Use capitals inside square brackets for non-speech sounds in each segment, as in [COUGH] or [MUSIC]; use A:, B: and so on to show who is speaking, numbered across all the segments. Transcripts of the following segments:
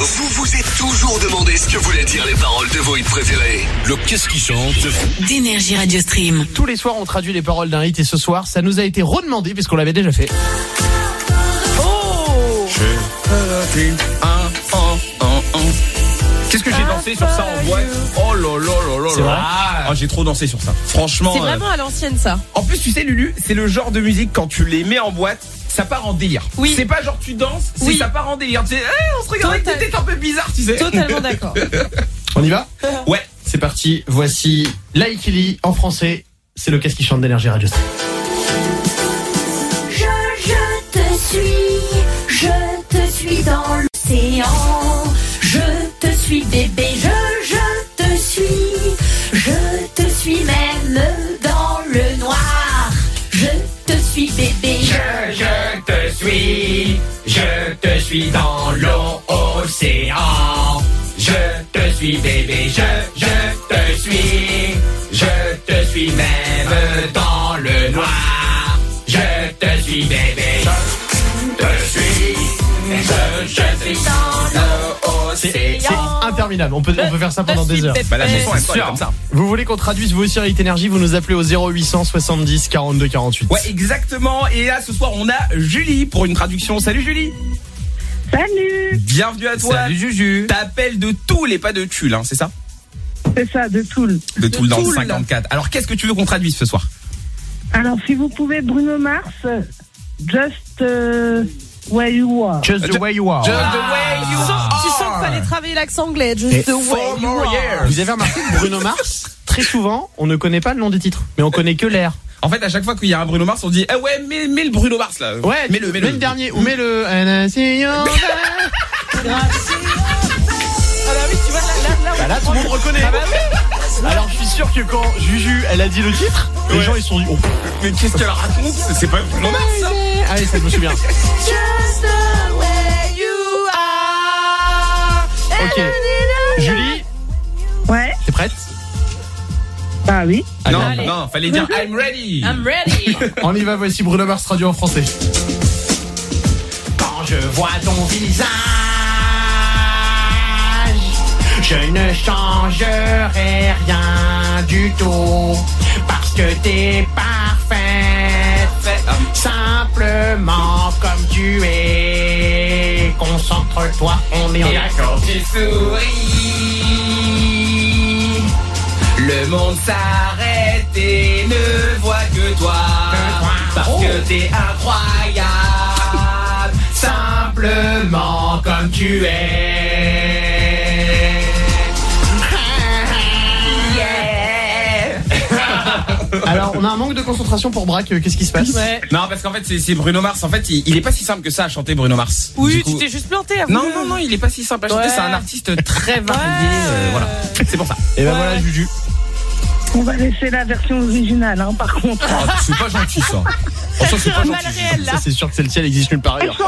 A: Vous vous êtes toujours demandé ce que voulaient dire les paroles de vos hits préférés. Le qu'est-ce qui chante
B: D'énergie Radio Stream.
C: Tous les soirs, on traduit les paroles d'un hit et ce soir, ça nous a été redemandé puisqu'on l'avait déjà fait.
D: Qu'est-ce que j'ai dansé sur ça en boîte Oh là là là là
C: C'est
D: là.
C: vrai
D: Ah, J'ai trop dansé sur ça. Franchement.
E: C'est
D: euh,
E: vraiment à l'ancienne ça.
D: En plus, tu sais, Lulu, c'est le genre de musique quand tu les mets en boîte. Ça part en délire.
E: Oui.
D: C'est pas genre tu danses, c'est
E: Oui.
D: ça part en délire. Tu sais, Eh, on se regarde avec
E: Total.
D: des têtes un peu bizarres, tu sais.
E: Totalement d'accord.
C: On y va
D: Ouais.
C: C'est parti, voici Laikili en français. C'est le qu'est-ce qui chante d'énergie radio.
F: Je, je te suis, je te suis dans l'océan. Je te suis bébé, je, je te suis. Je te suis même dans le noir. Je te suis bébé, je
D: je te suis, je te suis dans l'eau, océan. Je te suis bébé, je, je te suis, je te suis même dans le noir. Je te suis bébé, je te suis, je, je suis dans
C: C'est
D: l'océan.
C: interminable, on peut, on peut faire ça pendant
E: Je suis
C: des heures.
E: bébé.
D: Bah, la chanson, elle parle comme ça.
C: Vous voulez qu'on traduise vous aussi à Hit Énergie, vous nous appelez au 0800 70 42 48.
D: Ouais, exactement. Et là, ce soir, on a Julie pour une traduction. Salut Julie.
G: Salut
D: Bienvenue à toi.
C: Salut Juju.
D: T'appelles de tout les pas de Tulle, hein, c'est ça
G: C'est ça, de Toul.
D: De tout le dans le
G: Toul.
D: 54. Alors qu'est-ce que tu veux qu'on traduise ce soir
G: Alors, si vous pouvez, Bruno Mars, Just euh, Where You Are.
C: Just the way you are.
D: way you
E: Tu sens qu'il fallait travailler l'accent anglais.
C: Et
E: Just the way
D: Four
E: you
D: more
E: are.
D: years.
C: Vous avez remarqué que Bruno Mars, très souvent, on ne connaît pas le nom des titres, mais on connaît que l'air.
D: En fait, à chaque fois qu'il y a un Bruno Mars, on dit ah ouais, mets, mets le Bruno Mars là.
C: Ouais,
D: mets le, mets le.
C: dernier, ou mets le. And I see [LAUGHS] you. Bah là, tout le monde reconnaît.
E: Ah
C: Alors, je suis sûr que quand Juju, elle a dit le titre, les
D: Ouais.
C: gens ils se sont dit. Oh,
D: Mais qu'est-ce qu'elle raconte C'est pas Bruno Mars. ça.
C: ah oui, ça je me [LAUGHS] souviens.
F: Just the way you are.
C: Ok. Julie,
G: Ouais
C: t'es prête
G: Bah oui.
D: non,
E: Ah Allez.
D: non, fallait dire I'm ready.
E: I'm ready.
C: On y va, voici Bruno Mars traduit en français. Quand je vois ton visage, je ne changerai rien du tout. Parce que t'es parfaite, simplement comme tu es. Concentre-toi, on est en accord.
D: Tu souris. Le monde s'arrête et ne voit que toi. Parce que
E: Oh.
D: t'es incroyable. Simplement comme tu es.
C: [LAUGHS] Alors, on a un manque de concentration pour Braque, euh, qu'est-ce qui se passe
E: Ouais.
D: Non, parce qu'en fait, c'est- c'est Bruno Mars. En fait, il, il est pas si simple que ça à chanter Bruno Mars. Du
E: Oui,
D: coup-
E: tu t'es juste planté.
D: Non, non, non, il est pas si simple à chanter.
E: Ouais.
D: C'est un artiste très varié. euh, voilà. C'est
E: [LAUGHS]
D: pour ça.
C: Et ben
E: Ouais. Oh,
C: voilà, Juju.
G: On va laisser la version originale, hein, par contre.
D: Oh, c'est pas gentil, ça. Oh, ça, c'est
E: tire
D: pas
E: un mal
D: gentil.
E: réel là. Oh,
C: Ça, c'est sûr que celle-ci, elle existe nulle part ailleurs.
G: Les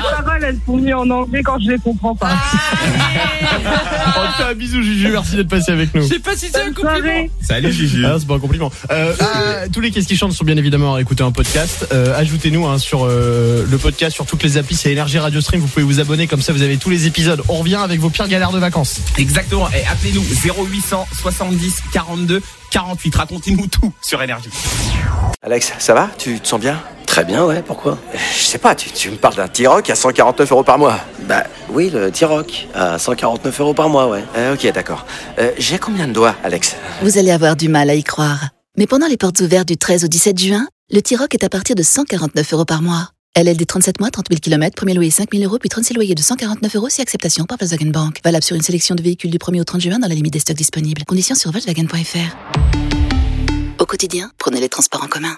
G: paroles, elles sont mises en anglais quand je les comprends pas.
C: On te fait un bisou, Juju. Merci d'être passé avec nous.
E: Je sais pas si c'est un compliment.
G: Soirée.
D: Salut, Gigi.
C: Ah, c'est pas un compliment. Euh, ah, tous les qu'est-ce qui chantent sont bien évidemment à écouter un podcast. Euh, Ajoutez-nous hein, sur euh, le podcast, sur toutes les applis, c'est Énergie Radio Stream. Vous pouvez vous abonner, comme ça vous avez tous les épisodes. On revient avec vos pires galères de vacances.
D: Exactement. Et appelez-nous 0800 70 42 48. Racontez-nous tout sur Énergie.
H: Alex, ça va Tu te sens bien Euh,
I: Très bien, ouais, pourquoi
H: Je sais pas, tu, tu me parles d'un T-Rock à 149 euros par mois.
I: Bah oui, le T-Rock, à 149 euros par mois, ouais.
H: Euh, ok, d'accord. Euh, J'ai combien de doigts, Alex
B: Vous allez avoir du mal à y croire. Mais pendant les portes ouvertes du 13 au 17 juin, le T-Rock est à partir de 149 euros par mois. LLD 37 mois, 30 000 km, premier loyer 5 000 euros, puis 36 loyers de 149 euros si acceptation par Volkswagen Bank. Valable sur une sélection de véhicules du 1er au 30 juin dans la limite des stocks disponibles. Conditions sur Volkswagen.fr. Au quotidien, prenez les transports en commun.